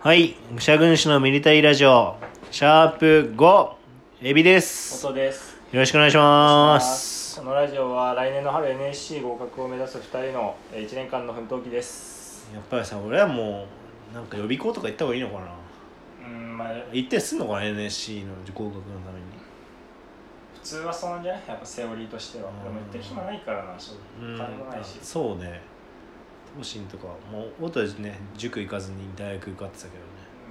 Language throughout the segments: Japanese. はい。武者軍師のミリタリーラジオ、シャープ5、エビです。よ音ですろしくお願いします。このラジオは来年の春 NSC 合格を目指す2人の1年間の奮闘記ですやっぱりさ、俺はもう、なんか予備校とか行った方がいいのかなうんまあ普行ってすんのかな ?NSC の合格のために。通はそうなんじゃないやっぱセオリーとしてはでも言ってる暇ないからな正う直ん金もないしそうね。東進とか、もう、音はね、塾行かずに大学受かってたけどね。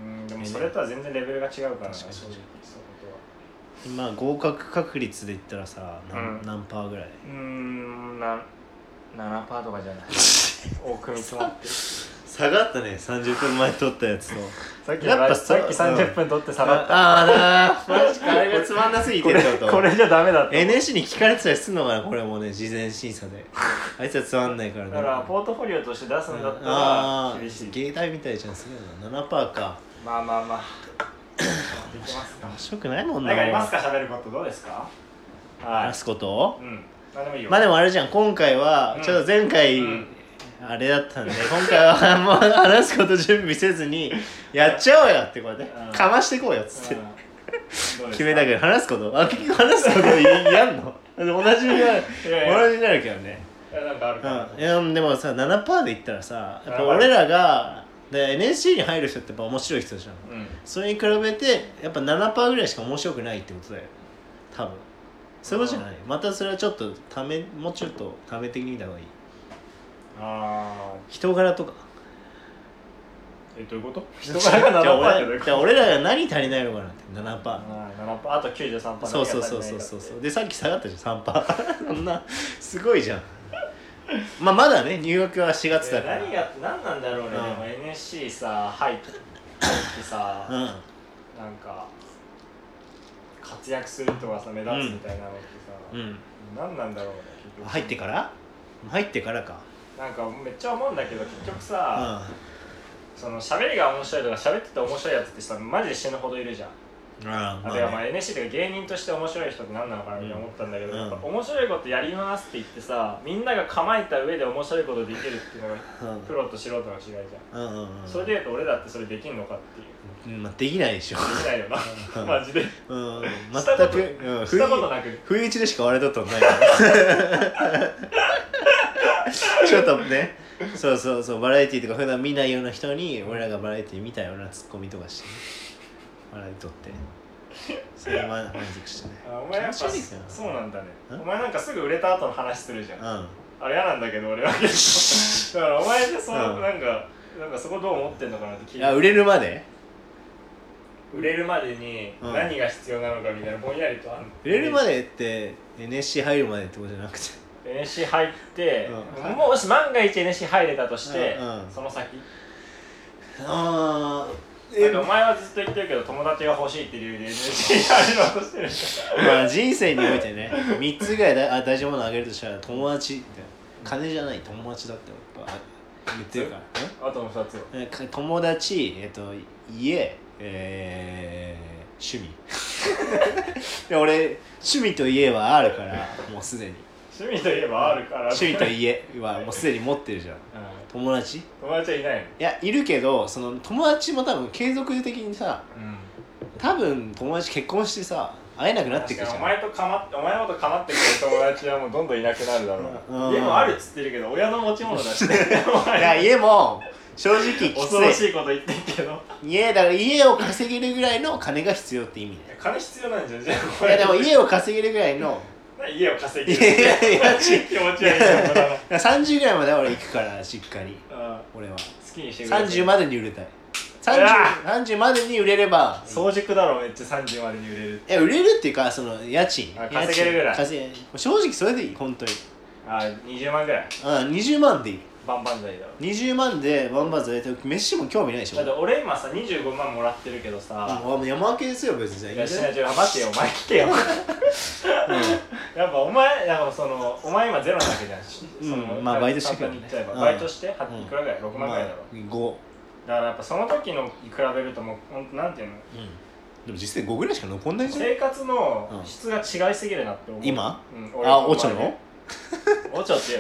うんでもそれとは全然レベルが違うからな確か正直にそういうことは今、合格確率で言ったらさ、なんうん何パーぐらいうーんなん7パーとかじ ゃない多く見積もって下がったね、30分前撮ったやつと。さっきやっぱのそさうっき30分取って下がったああーなーマジかあれがつまんなすぎてこるれってことこれじゃダメだと NSC に聞かれてたりすんのかなこれもね事前審査 であいつはつまんないからねだからポートフォリオとして出すんだったあらあ厳しい芸大みたいじゃんすげえな7パーかまあまあまあ。できますか面。白くないもんな なんかいますか喋ることどうですか。は話い。すことうん。何でもいいよ。まあでもあれじゃん今回はうんちょっと前回、うんあれだったんで今回はもう話すこと準備せずにやっちゃおうよってこうやってうんかましてこうよっつってうんどうです か決めたけど話すことあ結局話すことやん の同じになるいやいや同じになるけどねいやなんかあるかなうん、いやでもさ7%で言ったらさやっぱ7%俺らがで NSC に入る人ってやっぱ面白い人じゃんうん。それに比べてやっぱ7%ぐらいしか面白くないってことだよ多分そういうことじゃないまたそれはちょっとためもうちょっとためてみた方がいいああ。人柄とかえどういうこと？人柄がじゃあ七パーっ俺てどういうこじゃあと？俺らが何足りないのかなって7%うん七パーあと九十三パー。そうそうそうそうそうそうでさっき下がったじゃん3%パー そんなすごいじゃんまあまだね入学は4月だえから何が何なんだろうね。でうんも NSC さ入ってさうなんんか活躍するとかさ目立つみたいなのってうさん何なんだろうね結局入ってから入ってからかなんかめっちゃ思うんだけど結局さ、うその喋りが面白いとか喋ってて面白いやつってさマジで死ぬほどいるじゃん、んああ、とはまあ NSC とか芸人として面白い人って何なのかなみたいな思ったんだけど、うんやっぱ面白いことやりますって言ってさみんなが構えた上で面白いことできるっていうのがプロと素人の違いじゃうん、んうんうんそれでいうと俺だってそれできんのかっていう うんまあできないでしょできないようんなマジでうんしたこと全くうんしたことなく不意打ちでしか割れたことないから ちょっとねそうそうそうバラエティーとか普段見ないような人に俺らがバラエティー見たようなツッコミとかして笑いとってそれは満足してねあお前やっぱ気持ち悪いかなそうなんだねうんお前なんかすぐ売れた後の話するじゃんうんあれ嫌なんだけど俺は結構だからお前でその、うんなんかなんかそこどう思ってんのかなって聞いいやて売れるまで売れるまでにうん何が必要なのかみたいなぼんやりとある売れるまででって NSC 入るまでってことじゃなくて NSC 入って、うんもし万が一 NSC 入れたとして、うんうんその先ああだってお前はずっと言ってるけど友達が欲しいって理由で NSC 入ろうとしてるじまあ人生においてね3つぐらいだあ大事なものあげるとしたら友達って金じゃない友達だってやっぱ言ってるからねゃんあとの2つはえか友達、えっと、家、えー、趣味 いや俺趣味と家はあるからもうすでに趣味といえばあるから趣味とうん家はもうすでに持ってるじゃん友達い友達はいないのやいるけどその友達も多分継続的にさ多分友達結婚してさ会えなくなって確くるじかにゃおん前とかまってお前のことかまってくれる友達はもうどんどんいなくなるだろうんう家もあるっつってるけど親の持ち物だしお いや前家も正直きつい恐ろしいこと言ってるけど家だから家を稼げるぐらいの金が必要って意味だよ金必要なんじゃんじゃあいやでも家を稼げるぐらいの何家を稼いぎやるいやいや気持ち悪いじゃん無駄な30ぐらいまで俺行くから実家にうん好俺はきにしてくれ30までに売れたいうわ 30, 30までに売れれば早熟だろめっちゃ30までに売れるいや売れるっていうかその家賃あ稼げるぐら家い賃稼げ正直それでいい本当にあ20万ぐらいうん20万でいいバンバン剤だろ20万でワンバーズ売れて飯も興味ないでしょだって俺今さ25万もらってるけどあさもう山分けですよ別にいやしいないんちょ待ってよお前来てよじゃないうんやっぱお前やっぱそのお前今ゼロなわけじゃんし、うんそのまあバイトして簡から単に言っちゃえばうんバイトしてはうんいくらぐらい6万ぐらいだろ、 5だからやっぱその時のに比べるともうほんとなんていうのでも実際5ぐらいしか残んないじゃん生活の質が違いすぎるなって思う、今うん、あオチョののオチョっていう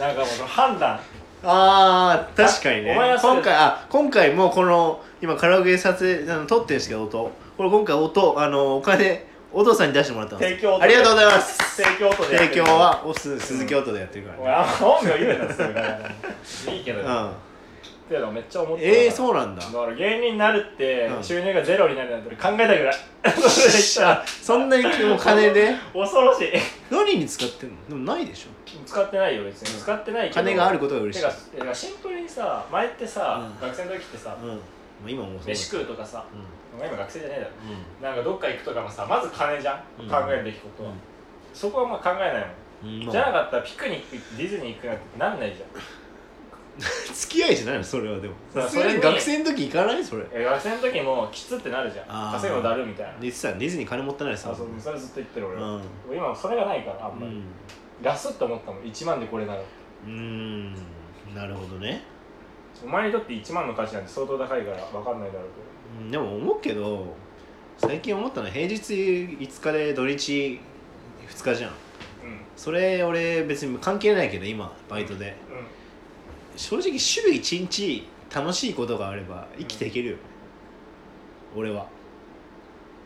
のなんかもうその判断あー確かにねお前はそう今回あ今回もこの今カラオケ撮影あの撮ってるんですけど音これ今回音あのお金お父さんに出してもらったんです提供音ありがとうございます提供音でやって提る供はおす鈴木音でやってるかお前らねあんま本名言うなっするからいいけどうよんっていうのめっちゃ思ってたえー、そうなんだだから芸人になるってうん収入がゼロになるなんて俺考えたくないそれで言ったらそんなにお金で 恐ろしい何に使ってんのでもないでしょ使ってないよ別に使ってないけど金があることが嬉てしいかてかシンプルにさ前ってさ、うん学生の時ってさうん、まあ、今もそうだ飯食うとかさうんお前今学生じゃねえだろうんなんかどっか行くとかもさまず金じゃん、うん考えるべきことは、うんそこはまあ考えないもん、うんまあじゃなかったらピクニック行ってディズニー行くなんてなんないじゃん付き合いじゃないのそれはでもまあそれそれに学生の時行かないそれえ学生の時もきつってなるじゃあーん稼ぐのだるみたいなディズニーディズニー金持ってないですあそうそれずっと言ってる俺は、う今それがないからあんまり、んラスって思ったもん1万でこれならうんなるほどねお前にとって1万の価値なんて相当高いから分かんないだろううんでも思うけど最近思ったのは平日5日で土日2日じゃんけどうんそれ俺別に関係ないけど今バイトでうん正直週1日楽しいことがあれば生きていけるよ、俺は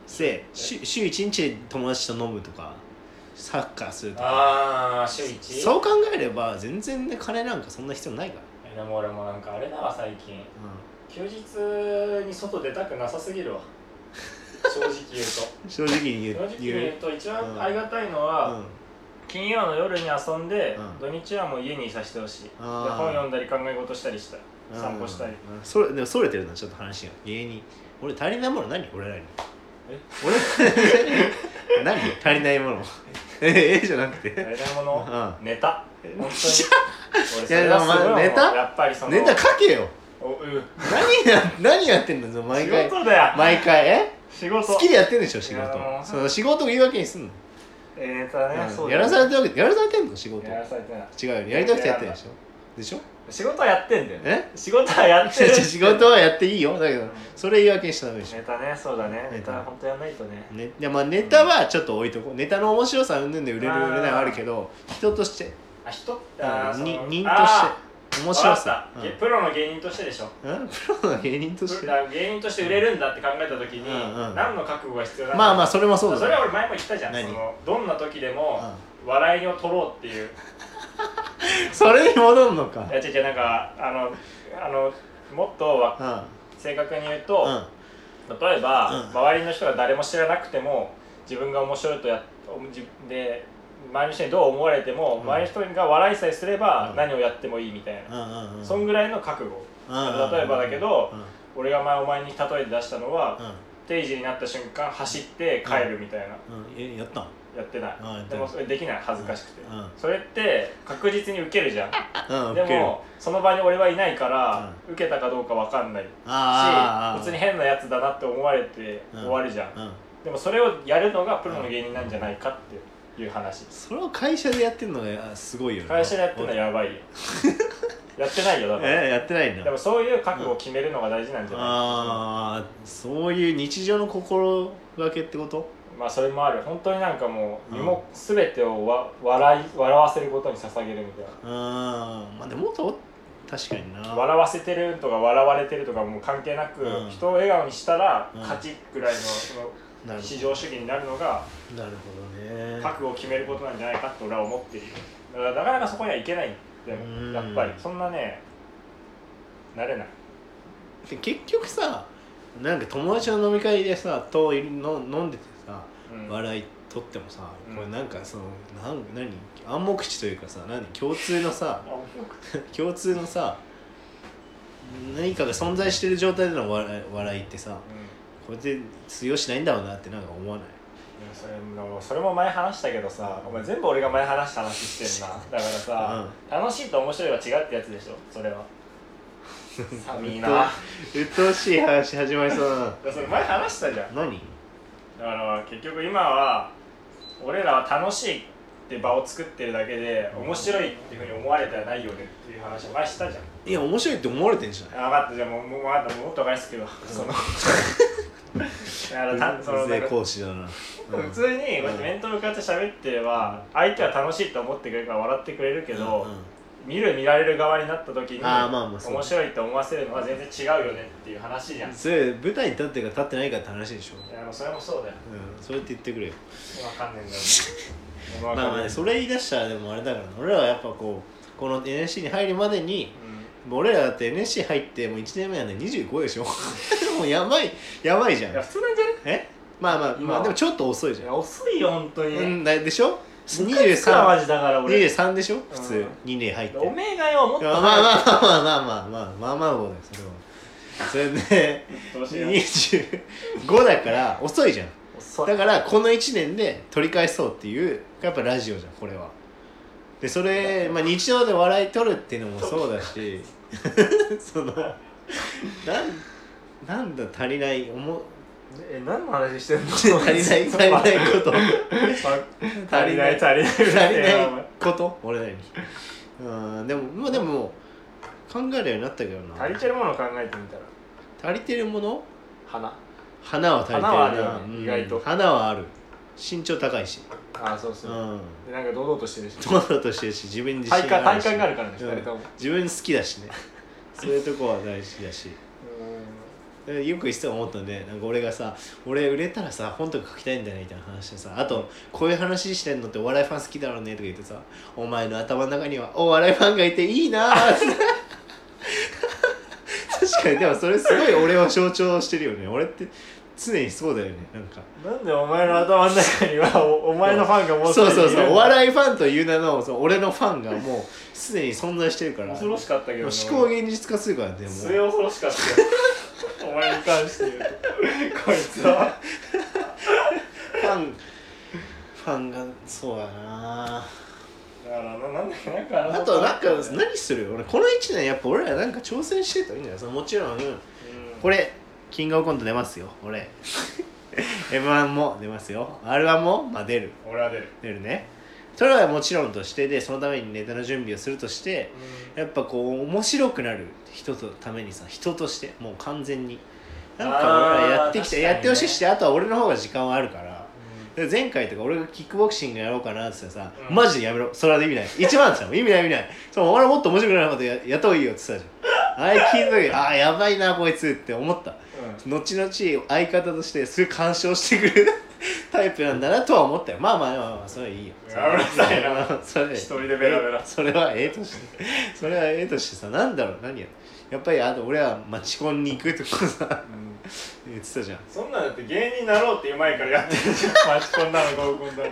せ週週1日友達と飲むとかサッカーするとかああ週 1? そう考えれば全然ね金なんかそんな必要ないから、でも俺もなんかあれだわ最近休日に外出たくなさす ぎるわ正直言う正直に言うと正直に言うと一うん番ありがたいのうんは、金曜の夜に遊んで、うん土日はもう家にいさせてほしいであー本読んだり考え事したりしたいうん散歩したりうんそれでもそれてるなちょっと話が芸人俺足りないもの何俺らにえ俺 何足りないものええじゃなくてあれだもの、うネタえ本当に 俺いやそれはすごいでもまあネタ思うやっぱりそのネタ書けよおうん何や何やってんだ毎仕回事だよ毎回え仕事好きでやってんでしょ仕いやも事そうの仕事を言い訳にすんの、えーネタね、うんそうだやよらされてるわけやらされてんの仕事やらされてない違うよやりたくてやってるでしょでしょ 仕事はやってんだよねえ仕事はやっ てる仕事はやっていいよだけどそれ言い訳にしちゃダメでしょネタねそうだねネネタタ本当やんないとねね、いやまあネタはちょっと置いとこうネタの面白さうんぬんで売れる売れないはあるけど人としてあ人っうんてあーそのに人としてあー面白さわ、うかんったプロの芸人としてでしょうん、プロの芸人としてだから芸人として売れるんだって考えた時にうんうん何の覚悟が必要なのかまあまあそれもそうそれだはね俺前も言ったじゃん何そのどんな時でも笑いを取ろうっていうそれに戻んのかいや違う違うなんかあのあのもっとわうんうん正確に言うと、うん例えば、うん周りの人が誰も知らなくても自分が面白いとやっ自で周りの人にどう思われてうも、ん周りの人が笑いさえすれば、うん何をやってもいいみたいな、うんうんそんぐらいの覚悟うん例えばだけどうん俺が前お前に例えて出したのは、定時になった瞬間走って帰るみたいな、うんうんえやったのやってない、あやってなでいもそれできない恥ずかしくて、うんそれって確実に受けるじゃんうんでウケるもその場に俺はいないから、受けたかどうかわかんないしあーあーあー別に変なやつだなって思われてうん終わるじゃん、うんでもそれをやるのがプロの芸人なんじゃないかっていう話、それを会社でやってんのがあすごいよね会社でやってんのや ばいよやってないよだからえやってないんだでもそういう覚悟を決めるのが大事なんじゃないああそういう日常の心がけってことまあそれもある本当になんかもううん身も全てをわ笑い笑わせることに捧げるみたいなうんまあでもと確かにな笑わせてるとか笑われてるとかもう関係なく、うん人を笑顔にしたらうん勝ちぐらいのそのなる至上主義になるのがなるほどね覚悟を決めることなんじゃないかって俺は思ってるよだからなかなかそこにはいけないでうんもやっぱりそんなねなれないで結局さなんか友達の飲み会でさといるの飲んでてさうん笑い取ってもさ、うんこれなんかそのなん何暗黙知というかさ何共通のさ あ面白くて共通のさ何かが存在してる状態での笑い笑いってさこれで通用しないんだろうなってなんか思わないでもそれもそれも前話したけどさお前全部俺が前話した話してんなだからさ、楽しいと面白いは違うってやつでしょそれ は寒いなだか鬱陶しい話始まりそうだならそれ前話したじゃん何だから結局今は俺らは楽しいって場を作ってるだけで面白いっていうふうに思われてはないよねっていう話を前したじゃんいや面白いって思われてんじゃないあ分かったじゃあもうもう分かったもっと返すけどそのだからたその うなぜんかえ講師だな普通にこうやって面と向かって喋ってれば相手は楽しいと思ってくれるから笑ってくれるけど、うんうん見る見られる側になった時にあーまあまあそう面白いと思わせるのは全然違うよねっていう話じゃんいそれ舞台に立ってるか立ってないかって話でしょ、やでもそれもそうだようん、それって言ってくれよわかんねえんだよわかんまあねえまあねそれ言い出したらでもあれだからな俺らはやっぱこうこの NSC に入るまでにもう俺らだって NSC 入ってもう1年目なんで25でしょ もうやばいやばいじうゃんいやん普通なんじゃねえまあまあ今まあでもちょっと遅いじいゃんや遅いよ本当に、うんだでしょムカつくわマ23ジだから俺23でしょ普通2年入っておめえがよもっとまあまあまあまあまあまあまあまあまあまあそれはそれでどうしよう25だから遅いじゃん遅いだからこの1年で取り返そうっていうやっぱラジオじゃんこれはでそれ、まあ、日常で笑い取るっていうのもそうだしそのなんなんだ足りない思え何の話してんの足りない足りないこと 足りない足りない足りなやいお前こと俺らにうんでもまあでも考えるようになったけどな足りてるものを考えてみたら足りてるもの花花は足りてるな花はあるよねうん意外と花はある身長高いしああそううそうんでなんか堂々としてるし堂々としてるし自分に自体信幹があ体るし幹があるからね二うん人とも自分好きだ しねそういうとこは大事だしでよくいつも思ったんでなんか俺がさ俺売れたらさ本とか書きたいんだよねみたいな話でさあとこういう話してんのってお笑いファン好きだろうねとか言ってさお前の頭の中にはお笑いファンがいていいなーって 確かにでもそれすごい俺を象徴してるよね俺って常にそうだよねなんかうんなんでお前の頭の中にはおお前のファンがもうすそうでにいるそうそうおい笑いファンという名のその俺のファンがもうすでに存在してるから恐ろしかったけどもうな思考を現実化するからねもう末恐ろしかったよお前に関して言うとこいつはファンファンがそうだなだからななんだっけなんかあのとなんかうん何する俺この1年やっぱ俺らなんか挑戦してたらいいんじゃないそのもちろんこれキングオブコント出ますよ俺 m 1も出ますよ r 1も、まあ、出る俺は出る出るねそれはもちろんとしてでそのためにネタの準備をするとしてやっぱこう面白くなる人とためにさ人としてもう完全になんか俺らやってきて、あー確かにねやってほしいしあとは俺の方が時間はあるからで前回とか俺がキックボクシングやろうかなって言ったらさ、うんマジでやめろそれは意味ない一番さ意味ない意味ないそうお前もっと面白くなることややった方がいいよって言ってたじゃんあれ聞いた時ああやばいなこいつって思った後々相方としてすごい干渉してくる タイプなんだなとは思ったよまあまあまあまあそれはいいよやめなさいなそれ一人でベラベラそれはええとしてそれはええとしてさなんだろう何ややっぱりあと俺は街コンに行くとかさうん言ってたじゃんそんなんだって芸人になろうっていう前からやってるじゃんマチコンなの合コンなの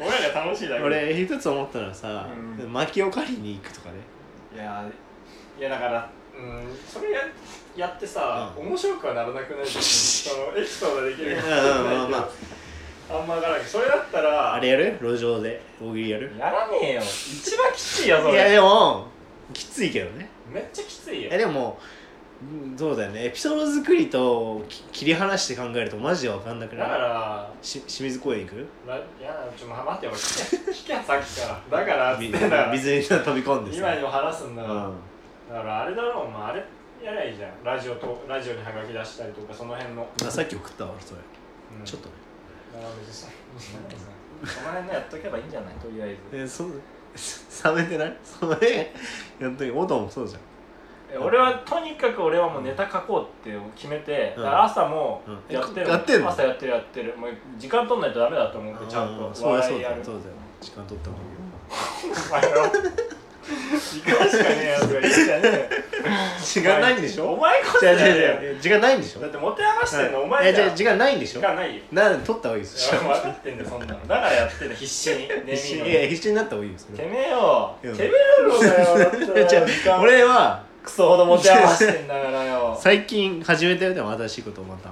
俺らが楽しいだけ俺一つ思ったのはさ、うん薪を借りに行くとかねいやいやだからうんそれややってさ、う面白くはならなくないそのエピソードができるうんうんうんまああんま分からんけどそれだったらあれやる路上で大喜利やるやらねえよ一番きついよそいやれでもきついけどねめっちゃきついよえでもうんそうだよねエピソード作りとき切り離して考えるとマジで分かんなくだなかいらし清水公園行くないやちょっと待ってよ俺聞け聞けさっきからだからっつってみんだから水に飛び込んで今さにも話すんだから、うんだからあれだろお前あれやりゃいいじゃんラジオとラジオにハガキ出したりとかその辺の、あさっき送ったわ俺それ、うんちょっとねだから別にさその辺のやっとけばいいんじゃないとりあえずえそ 冷めてない それやっときオトもそうじゃん え俺はとにかく俺はもうネタ書こうって決めて、うんだから朝もうんえやってる、やってんの朝やってるやってるもう時間取んないとダメだと思ってちゃんあーとそうだそ笑ういやだるそうだよ時間取った方がいいよお前は時間しかねえやつがいいじゃねえよ時間ないんでしおょ前こそ違うだ違うよ違う時間ないんでしょだって持て余してんのおえ前じゃじゃあ時間ないんでし時ょ間ないよなんで取った方がいいでいすやよ分かってんだよそんなのだからやってんだ必死にネ必死ミにいーやの必死になった方がいいよそれてめえよいてやめえろだよだってじゃあ時間俺はクソほど持て余してんだから よ最近始めたよでも新しいことをまた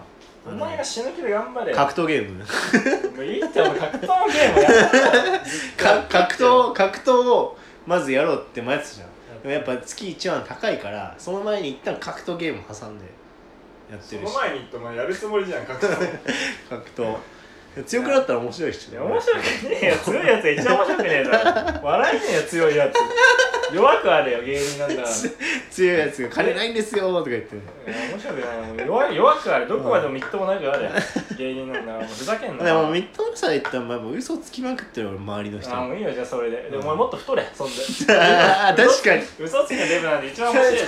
お前が死ぬ気で頑張れよ格闘ゲームもういいってお前格闘ゲームやったか格闘格闘をまずやろうって迷ってたじゃんでもやっぱ月1万高いからその前に一旦格闘ゲーム挟んでやってそるのし前に言ってお前やるつもりじゃん格闘格闘強くなったら面白いし いや面白くねえよ強いやつが一番面白くねえだろ笑えねえよ強いやつ弱くあれよ芸人なんだから 強いやつが「金ないんですよ」とか言っていや面白くないもう弱い弱くあれどこまでもみっともなくあれ芸人なんだからもうふざけんなでもみっともさ言ったらお前もう嘘つきまくってる俺周りの人あにもういいよじゃあそれででも俺もっと太れそんであー確かに嘘つきのデブなんて一番面白いだ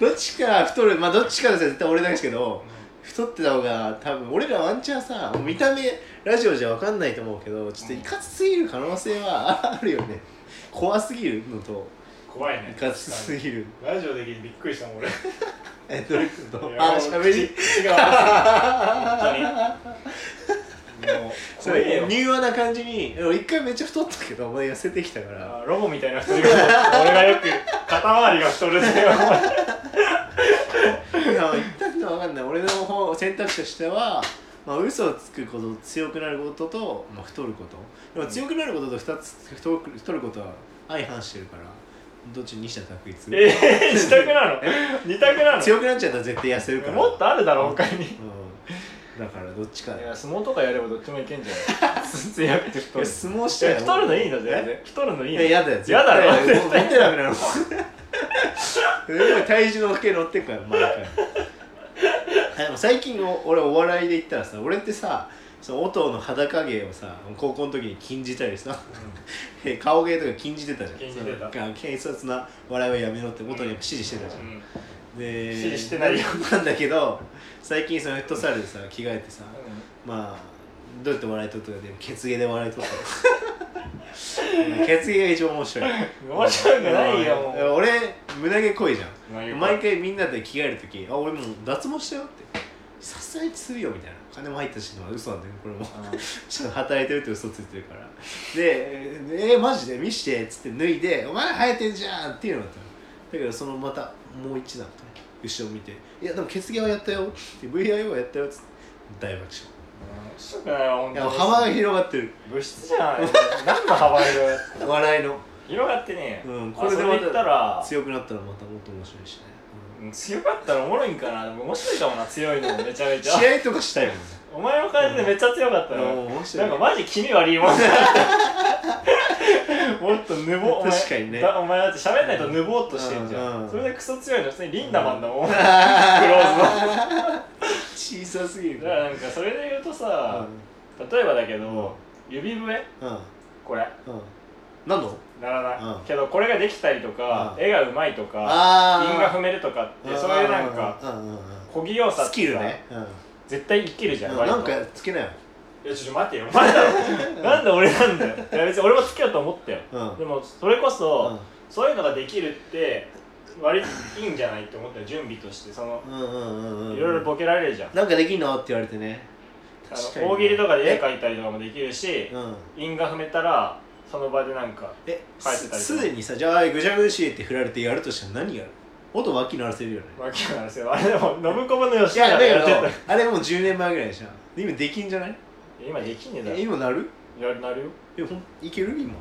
ろどっちか太るまあどっちかですよ絶対俺なんですけど太ってた方が多分俺らワンチャンさ見た目ラジオじゃ分かんないと思うけどちょっといかつすぎる可能性はあるよね怖すぎるのと怖いいねかつすぎるラジオでびっくりしたもん俺えどれくといやあしゃべり口が悪いもうそ怖いれよ柔和な感じにでも一回めっちゃ太ったけどお前痩せてきたからあロボみたいな人いるけど俺がよく肩周りが太るでよいや言ったことは分かんない俺の方選択肢としてはまあ嘘をつくこと強くなることと、まあ、太ることでも強くなることと2つ太く太ることは相反してるからどっちにした択一えー、自宅な の二択なの強くなっちゃったら絶対痩せるからもっとあるだろ他にいうん、だからどっちかだよや相撲とかやればどっちもいけんじゃ ない強くてい太やる相撲したえよ太るのいいの全え然太るのいいいのや嫌だよ嫌だろ絶対もう見てなくなるもんすごい体重の負け乗ってくから毎回でも最近お俺お笑いで言ったらさ俺ってさその音の裸芸をさ高校の時に禁じたりさ 顔芸とか禁じてたじゃん禁じてたその軽率な笑いはやめろって音にやっぱ指示してたじゃん、うんで指示してないよなんだけど最近そのフットサルでさ着替えてさ、まあどうやって笑いとったかでも血芸で笑いとった 血芸が一番面白い面白くないよもう俺胸毛濃いじゃん毎回回みんなで着替える時あ俺もう脱毛したよってさすがにするよみたいな金も入ったしまあ嘘なんだよこれも ちょっと働いてるって嘘ついてるからで「えー、マジで見して」っつって脱いで「お前生えてんじゃん」っていうのだったのだけどそのまたもう一段階後ろ見て「いやでも血芸はやったよ」って「VIO はやったよ」っつって大爆笑面白くないよ本い当やに幅が広がってる物質じゃん何の幅広が笑いの広がってねえようんここれれででまた言ったら強くなったらまたもっと面白いしね、うん強かったらおもろいんかなでも面白いかもな強いのもめちゃめちゃ試合とかしたいもんねお前の感じでめっちゃ強かったうのん面白 ないんかマジ気味 悪いもんなもっとぬぼお前確かにねだお前だって喋んないとぬぼーっとしてんじゃん、うんうんそれでクソ強いの普通にリンダマンだも ん、クローズの小さすぎるだからなんかそれで言うとさ、例えばだけど、指笛うんうんこれうん何のならない、うんけどこれができたりとか、うん絵がうまいとかあ韻が踏めるとかってそういうなんかうんうんうん小技要素ってスさキルねうん絶対生きるじゃん、うん割となんかつけなよいやちょっと待てよ まだなんで俺なんだよいや別に俺もつけようと思ったようんうんでもそれこそ、うそういうのができるって割といいんじゃないって思ったよ準備としてそのんうんうんうんいろいろボケられるじゃん、なんかできんのって言われてねあ確かにの大喜利とかで絵描いたりとかもできるしうん韻が踏めたらその場でなんかえ書いてたりとかすすでにさじゃあぐちゃぐちゃって振られてやるとしたら何やる音脇鳴らせるよねわけなんですよあれでも信子のい吉やだ田がやってけどあれもう10年前ぐらいでしょ今できんじゃないた今できんねえだろえ今なるやるなるよえほんいける今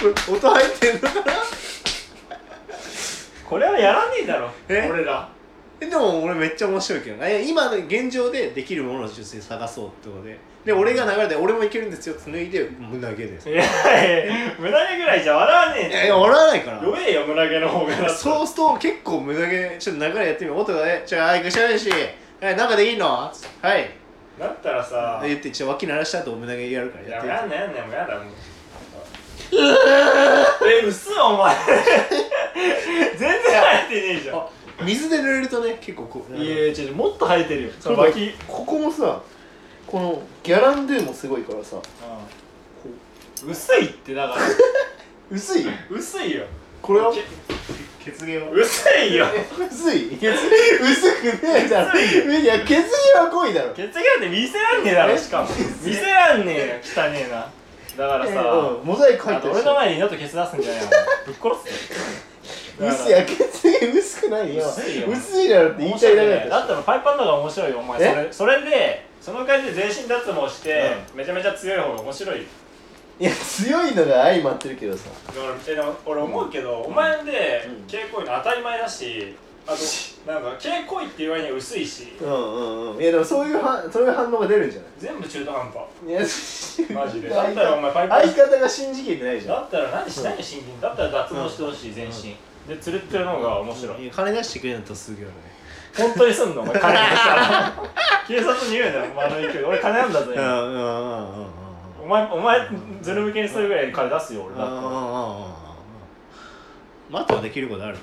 これ音入ってんのかなこれはやらねえだろえ俺らえでも俺めっちゃ面白いけどねえ今の現状でできるものを純粋に探そうってことでで俺が流れて俺もいけるんですよって脱いで胸毛ですいいやいや胸毛ぐらいじゃ笑わねえやいや笑わないから弱えよ胸毛の方がだってそうすると結構胸毛ちょっと流れやってみよう音がね「ちょあいぐしゃぐしえなんかできんの?」はい」なったらさ言って一応脇鳴らした後胸毛やるからいやっやてやんなやんなもうやだ もうえ嘘お前 全然生えてねえじゃんあ水で濡れるとね結構こういやいやちょっともっと生えてるよそそうのだ脇うんここもさこのギャランドゥもすごいからさ薄いってだから薄い薄いよこれはけ血芸は薄いよ薄い血薄くねえだろいや血芸は濃いだろ血液なんて見せらんねえだろえしかも見せらんねえよ汚ねえなだからさ、うんモザイク入あってとる俺の前に二度とケツ出すんじゃねえよお前ぶっ殺 すよ薄いいや血芸薄くないよ薄いよ薄いだろって言いたいだけだねっだたったらパイパンの方が面白いよお前それそれでその感じで全身脱毛して、めちゃめちゃ強い方が面白いよいや強いのが相まってるけどさだからえでも俺思うけど、お前でうん稽古員の当たり前だしあ となんか毛濃いっていう割には薄いしうんうんうんいやでもそういうはそういう反応が出るんじゃな全部中途半端いいやマジでだ相ったらお方前パイパイ相方が信じきれてないじゃんだったら何しないよ新人だったら脱毛してほしい全身でつるってるのが面白いいや金出してくれんとすぐよね本当にすんのお前金なんだ 警察に言うなよお前の勢い俺金なんだぞうんうん今うんうんうんお前お前ズル向けにするぐらい金出すよ俺うんうんうんうんだっうんうんマットはできることある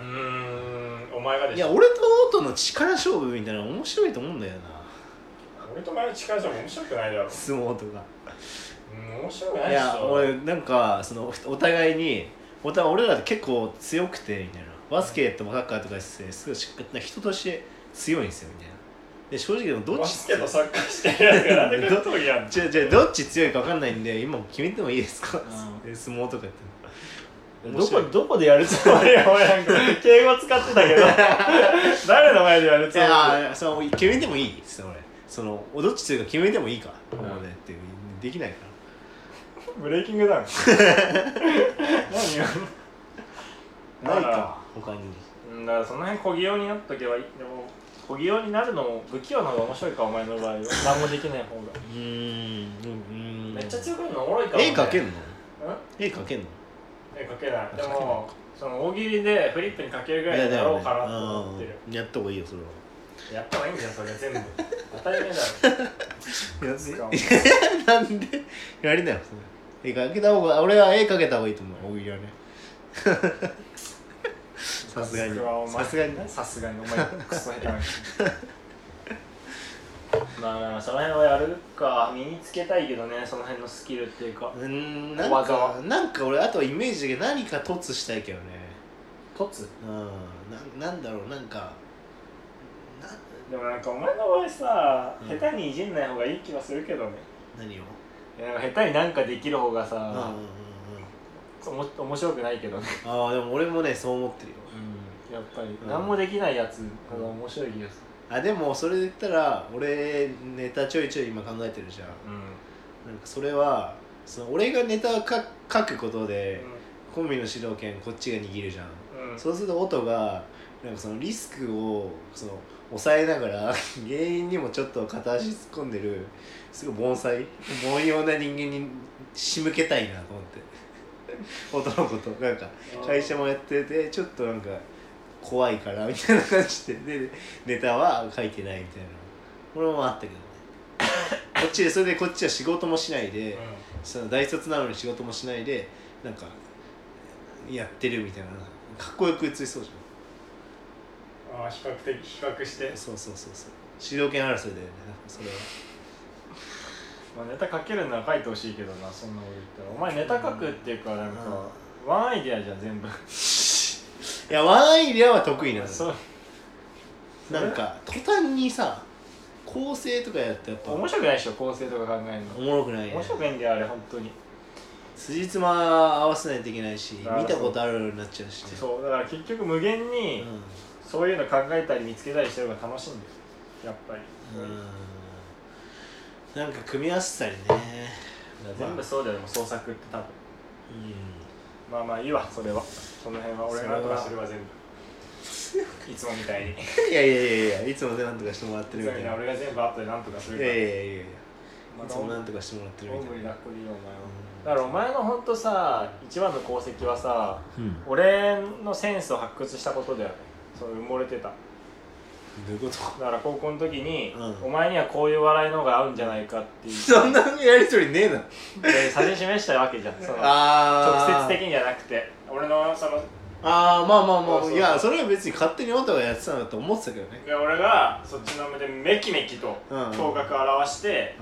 うーんお前がでいしやょ俺とオートの力勝負みたいなの面白いと思うんだよな俺とお前の力じゃ面白くないだろ相撲とかうん面白くないいでしやょ俺なんかそのお互いにお互い俺らって結構強くてみたいなバスケットもサッカーとかしてすごいしなんか人として強いんですよみたいなで正直でもどっバちスケとサッカーしてるやつがな んで格闘技やんのじゃあじゃあどっち強いか分かんないんで今も決めてもいいですか、うで相撲とかやって面ど白こいどこでやるつもりやお前なんか敬語使ってたけ ど誰の前でやるつてもりいやその決めてもいいっつって俺そのどっち強いか決めてもいいか、んもうねっていうできないかブレイキン グダウン何よらないだか他にうんだからその辺小器用になっとけばいいでも小器用になるのも不器用の方が面白いかお前の場合は 何もできない方がうーんうんめっちゃ強くなるのおもろいかも絵描けんんの絵描けんの絵描けないで描けないもその大喜利でフリップにかけるぐらいになろうかなと思ってるうんやった方がいいよそれはやった方がいいんじゃんそれ全部当たり前だろ なんでやりなよそれ絵描けた方が俺は絵描けた方がいいと思う大喜利はねさすがにさすがにねさすがにお前クソ下手なまあその辺はやるか身につけたいけどねその辺のスキルっていうかうーんなん小技かはなんか俺あとはイメージで何か凸したいけどね凸うんななんだろうなんかなでもなんかお前の場合さうん下手にいじんない方がいい気はするけどね、何をいやなんか下手になんかできる方がうんうんうんさ、うんおも面白くないけどねああでも俺もねそう思ってるよやっぱり、ん何もできないやつの方が面白い気がすあでもそれで言ったら俺ネタちょいちょい今考えてるじゃんる、うんなんかそれはその俺がネタをか書くことでうコンビの主導権こっちが握るじゃん、んうんそうすると音がなんかそのリスクをその抑えながら 原因にもちょっと片足突っ込んでるすごい盆栽凡庸な人間に仕向けたいなと思って 音のことなんか会社もやっててちょっとなんか怖いからみたいな感じででネタは書いてないみたいなこれもあったけどねこっちでそれでこっちは仕事もしないで、うその大卒なのに仕事もしないでなんかやってるみたいなかっこよく映りそうじんあー比較的比較してゃんそうそうそうそう主導権争いだよねなんかそれはまあ、ネタ書けるなら書いてほしいけどなそんなこと言ったらお前ネタ書くっていうかなんか、ワンアイディアじゃん全部いやワンアイデアは得意なんだそうなんか途端にさ構成とかやってやっぱ面白くないでしょ構成とか考えるおのもろくないね面白くないんだよあれ本当に辻褄合わせないといけないし見あーたことあるようになっちゃうしねそうだから結局無限うにんそういうの考えたり見つけたりしてる方が楽しいんだよやっぱり、うんなんか組み合わせたりね全部そうだよでも創作って多分うまあまあいいわそれはその辺は俺俺がなんととかかすするるわわ全部いつもみたいにいんいやいやいやいやいつもなんとかしてもらってつるもみみたたいいにな俺が全部アップでなんとかすいるかやらいやいやいやいまつもなんとかしてもらってる大みたぶいりなだっこでいいよお前はうんだからお前の本当さ一番の功績はさうん俺のセンスを発掘したことだよねそう埋もれてたどういうことだから高校の時に、うんお前にはこういう笑いの方が合うんじゃないかってい うそんなやりとりねえなで指し示したわけじゃんそのあー直接的にじゃなくて俺のそのあーまあまあまあそうそういやそれは別に勝手に音がやってたんだと思ってたけどねで俺がそっちの目でメキメキとうんうん頭角を表して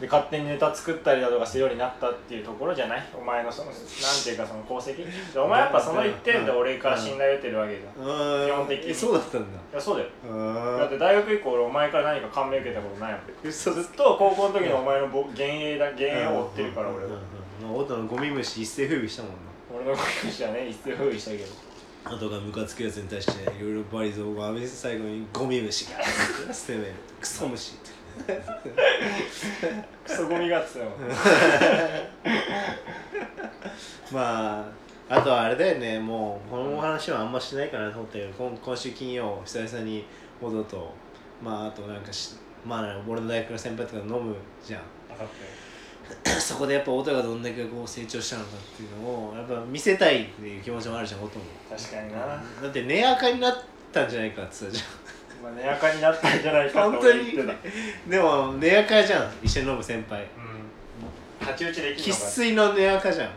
で勝手にネタ作ったりだとかするようになったっていうところじゃないお前のそのなんていうかその功績でお前やっぱその一点で俺から信頼を得てるわけじゃん、うんうーん基本的にえそうだったんだいやそうだようだっーてん大学以降俺お前から何か感銘受けたことないもん嘘ずっと高校の時のお前のぼ幻影だ幻影を追ってるから俺はは音のゴミ虫一世風靡したもんな俺の恋しはね一世風靡したけど音がムカつくやつに対していろいろバリゾーが最後にゴミ虫が捨てめるクソ虫ってクソゴミがっつってたもんまああとはあれだよねもうこの話はあんましないかなと思ったけど今今週金曜久々にほどとまああとなんかしまあ俺の大学の先輩とか飲むじゃん分かっそこでやっぱ音がどんだけこう成長したのかっていうのをやっぱ見せたいっていう気持ちもあるじゃん音も確かにな、だって根垢になったんじゃないかって言ってたじまあ、寝垢になったんじゃないかゃっんて本俺当言っにてたでも根垢じゃん一緒に飲む先輩うん太刀打ちでき生るのか粋の寝垢じゃん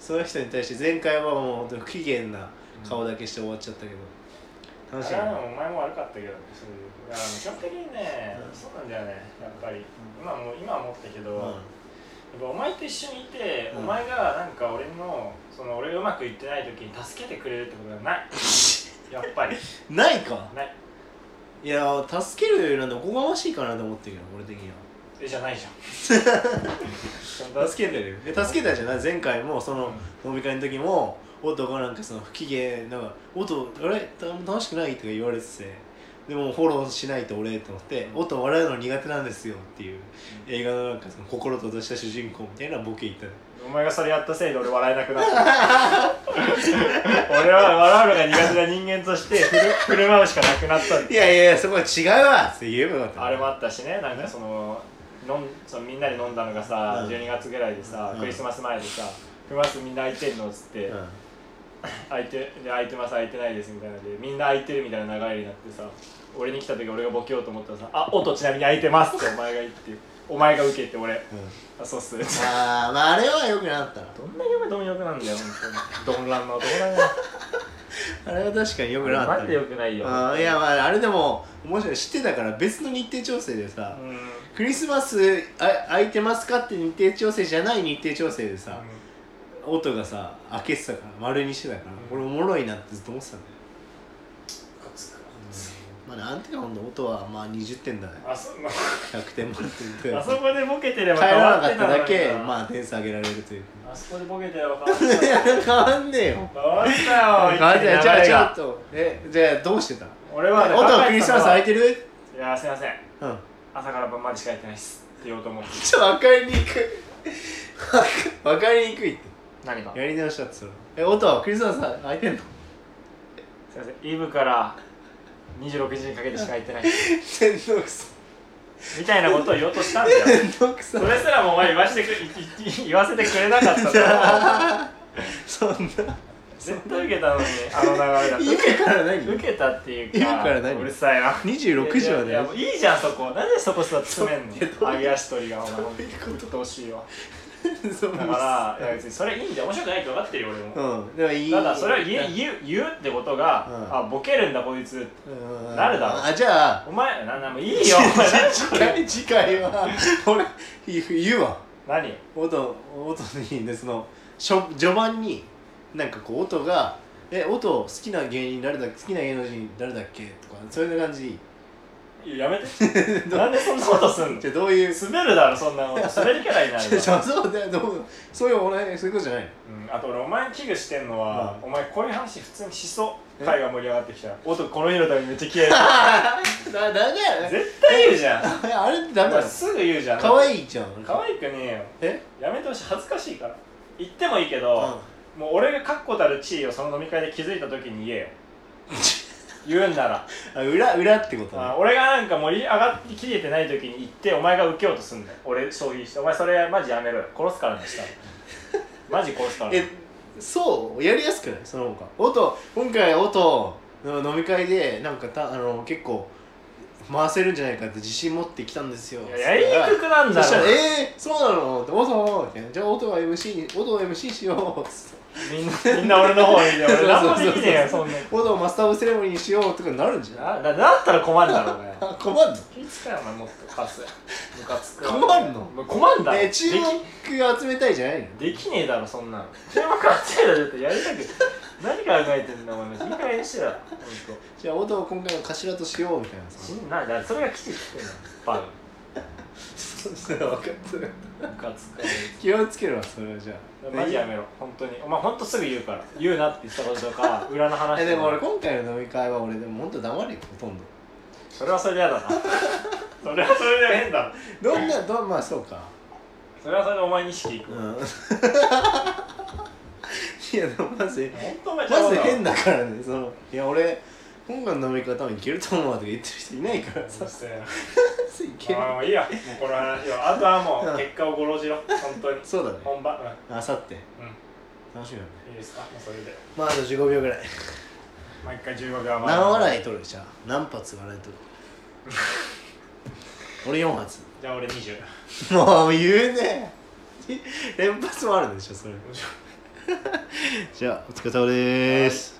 その人に対して前回はもう本当不機嫌な顔だけして終わっちゃったけど楽しいあれはなお前も悪かったけどねそういういや基本的にね、そうなんだよねやっぱり、今も今は思ったけど、うんやっぱお前と一緒にいて、うんお前がなんか俺のその俺がうまくいってない時に助けてくれるってことはない やっぱりないかないいや助けるなんておこがましいかなと思ってるよ俺的にえじゃないじゃん そのは助助けてるよえ助けたじゃない前回もそのうん飲み会の時も音がなんかその不機嫌なんか「音あれた楽しくない?」とか言われててでもフォローしないと俺と思って「音笑うの苦手なんですよ」っていう映画のなんかその心とした主人公みたいなボケ言ったのけお前がそれやったせいで俺笑えなくなった 俺は笑うのが苦手な人間として振る振る舞うしかなくなったんだいやいやいやそこは違うわって言えばよかったあれもあったしねなんかその飲んそのみんなで飲んだのがさ、うん12月ぐらいでさ、うんクリスマス前でさ「クリスマスみんな空いてるの?」っつって、うん空いてで空いてます空いてないですみたいなのでみんな空いてるみたいな流れになってさ俺に来た時俺がボケようと思ったらさ「あ音ちなみに空いてます」ってお前が言って お前が受けて俺うん「あそうっす」あーまああれは良くなかったなどんな嫁貪欲なんだよ本当にどんらんのどんらんだよあれは確かに良くなかったマジでよくないよあーいやまああれでも面白い知ってたから別の日程調整でうさ、んクリスマスあ空いてますかって日程調整じゃない日程調整でさ、音がさ開けてたから丸にしてたから、これおもろいなってずっと思ってたんだよ、たまあなんていうかほんと音はまあ20点だねあそまあ100点満点で あそこでボケてれば帰らなかっってたのにだけなまあ点数上げられるというあそこでボケてれば変わ っいたや変わんねえよ変わったよ変わんねえよじゃあ流ちょれがっとえじゃあどうしてた俺はね音はクリスマス空いてるいやすいませんうん朝から晩までしかやってないっすって言おうと思ってちょっと分かりにくい分かりにくいっ何がてやり直したってそれえ音はクリスマス空いてんのすいませんイブから26時にかけてしかやってないっすめんどくさみたいなことを言おうとしたんだよめんどくさ それすらもお前言わせてくいいい言わせてくれなかったからそんな絶対受けたのにあの流れだっ家から何た受けたっていうかイブから何うるさいな26時まいやいやもでういいじゃんそこなんでそこさ詰めんそういやどのう揚げ足取りがお前ほんとどういうこと鬱陶しいわ そうだからいや別にそれいいんだよ面白くないって分かってるよ俺もうんでもいいただそれを言えい言う言うってことが、うんあボケるんだこいつななるだろあじゃあお前なんなんも ういいよお前次回次回は俺言うわ何音音にねそのしょ序盤になんかこう音が「え音好きな芸人誰だ好きな芸能人誰だっけ?」とかそういう感じでいいいやや めてなんでそんなことすんのじゃあどういうちょ滑るだろそんなこと滑りキャラになるちょだろ、そうだよどうそういうお前そういうことじゃないのうん、あと俺お前に危惧してんのは、うお前こういう話普通にしそうえ会が盛り上がってきたら音この日のためにめっちゃ消えるだだめだよね絶対言うじゃんあれあれってダメおだ前すぐ言うじゃん可い愛いじゃん可愛くねえよえやめてほしい恥ずかしいから言ってもいいけうんど、もう俺が確固たる地位をその飲み会で気づいた時 に言えよ言うんならあ裏裏ってことあね俺がなんか盛り上がってきれてない時に行ってお前が受けようとすんだよ俺消費してお前それマジやめろよ殺すから ねしたらマジ殺すからねえそうやりやすくないそのほか音今回音の飲み会でなんかたあの結構回せるんじゃないかって自信持ってきたんですよいややりにくくなんそだしたら「ろえー、そうなの?」って「音じゃあ音は MC に音は MC しよう」みんなみんな俺の方にいてそうそうそう俺何もできねえよそんな音をマスターオブセレモニーにしようとかなるんじゃないなななったら困るだろうねあ困る 気ぃ使えよお前もっとカスムカつく困るのもう困るんだのろねでき注目集めたいじゃないのできねえだろそんなの注目集めたらだってやりたく何考えてんだお前マジいい加減にしてだろほんとじゃあ音を今回の頭としようみたいなさ死んなだからそれがきちってんのバそうそう分かったカムカつくわ気をつけるわそれはじゃあマジやめろ、本当に。お前、本当すぐ言うから。言うなって言ったこととか、裏の話えとかでも俺今回の飲み会は俺でも本当黙るよほとんどそれはそれで嫌だな。それはそれで変だどんなどんまあそうかそれはそれでお前に意識いく。うん いやでもマジで本当お前マジで変なだからねそのいや俺本館の飲み方多分いけると思うわとか言ってる人いないから そさしていけるあもういいやもうこの話はあとはもう結果をごろじろ本当にそうだね本番うんあさってう楽しみだねんいいですかもうそれでまああと15秒ぐらい毎回15秒前何笑い取るじゃあ何発笑い取る 俺4発じゃあ俺20もう言うね 連発もあるでしょそれじゃあお疲れ様でーす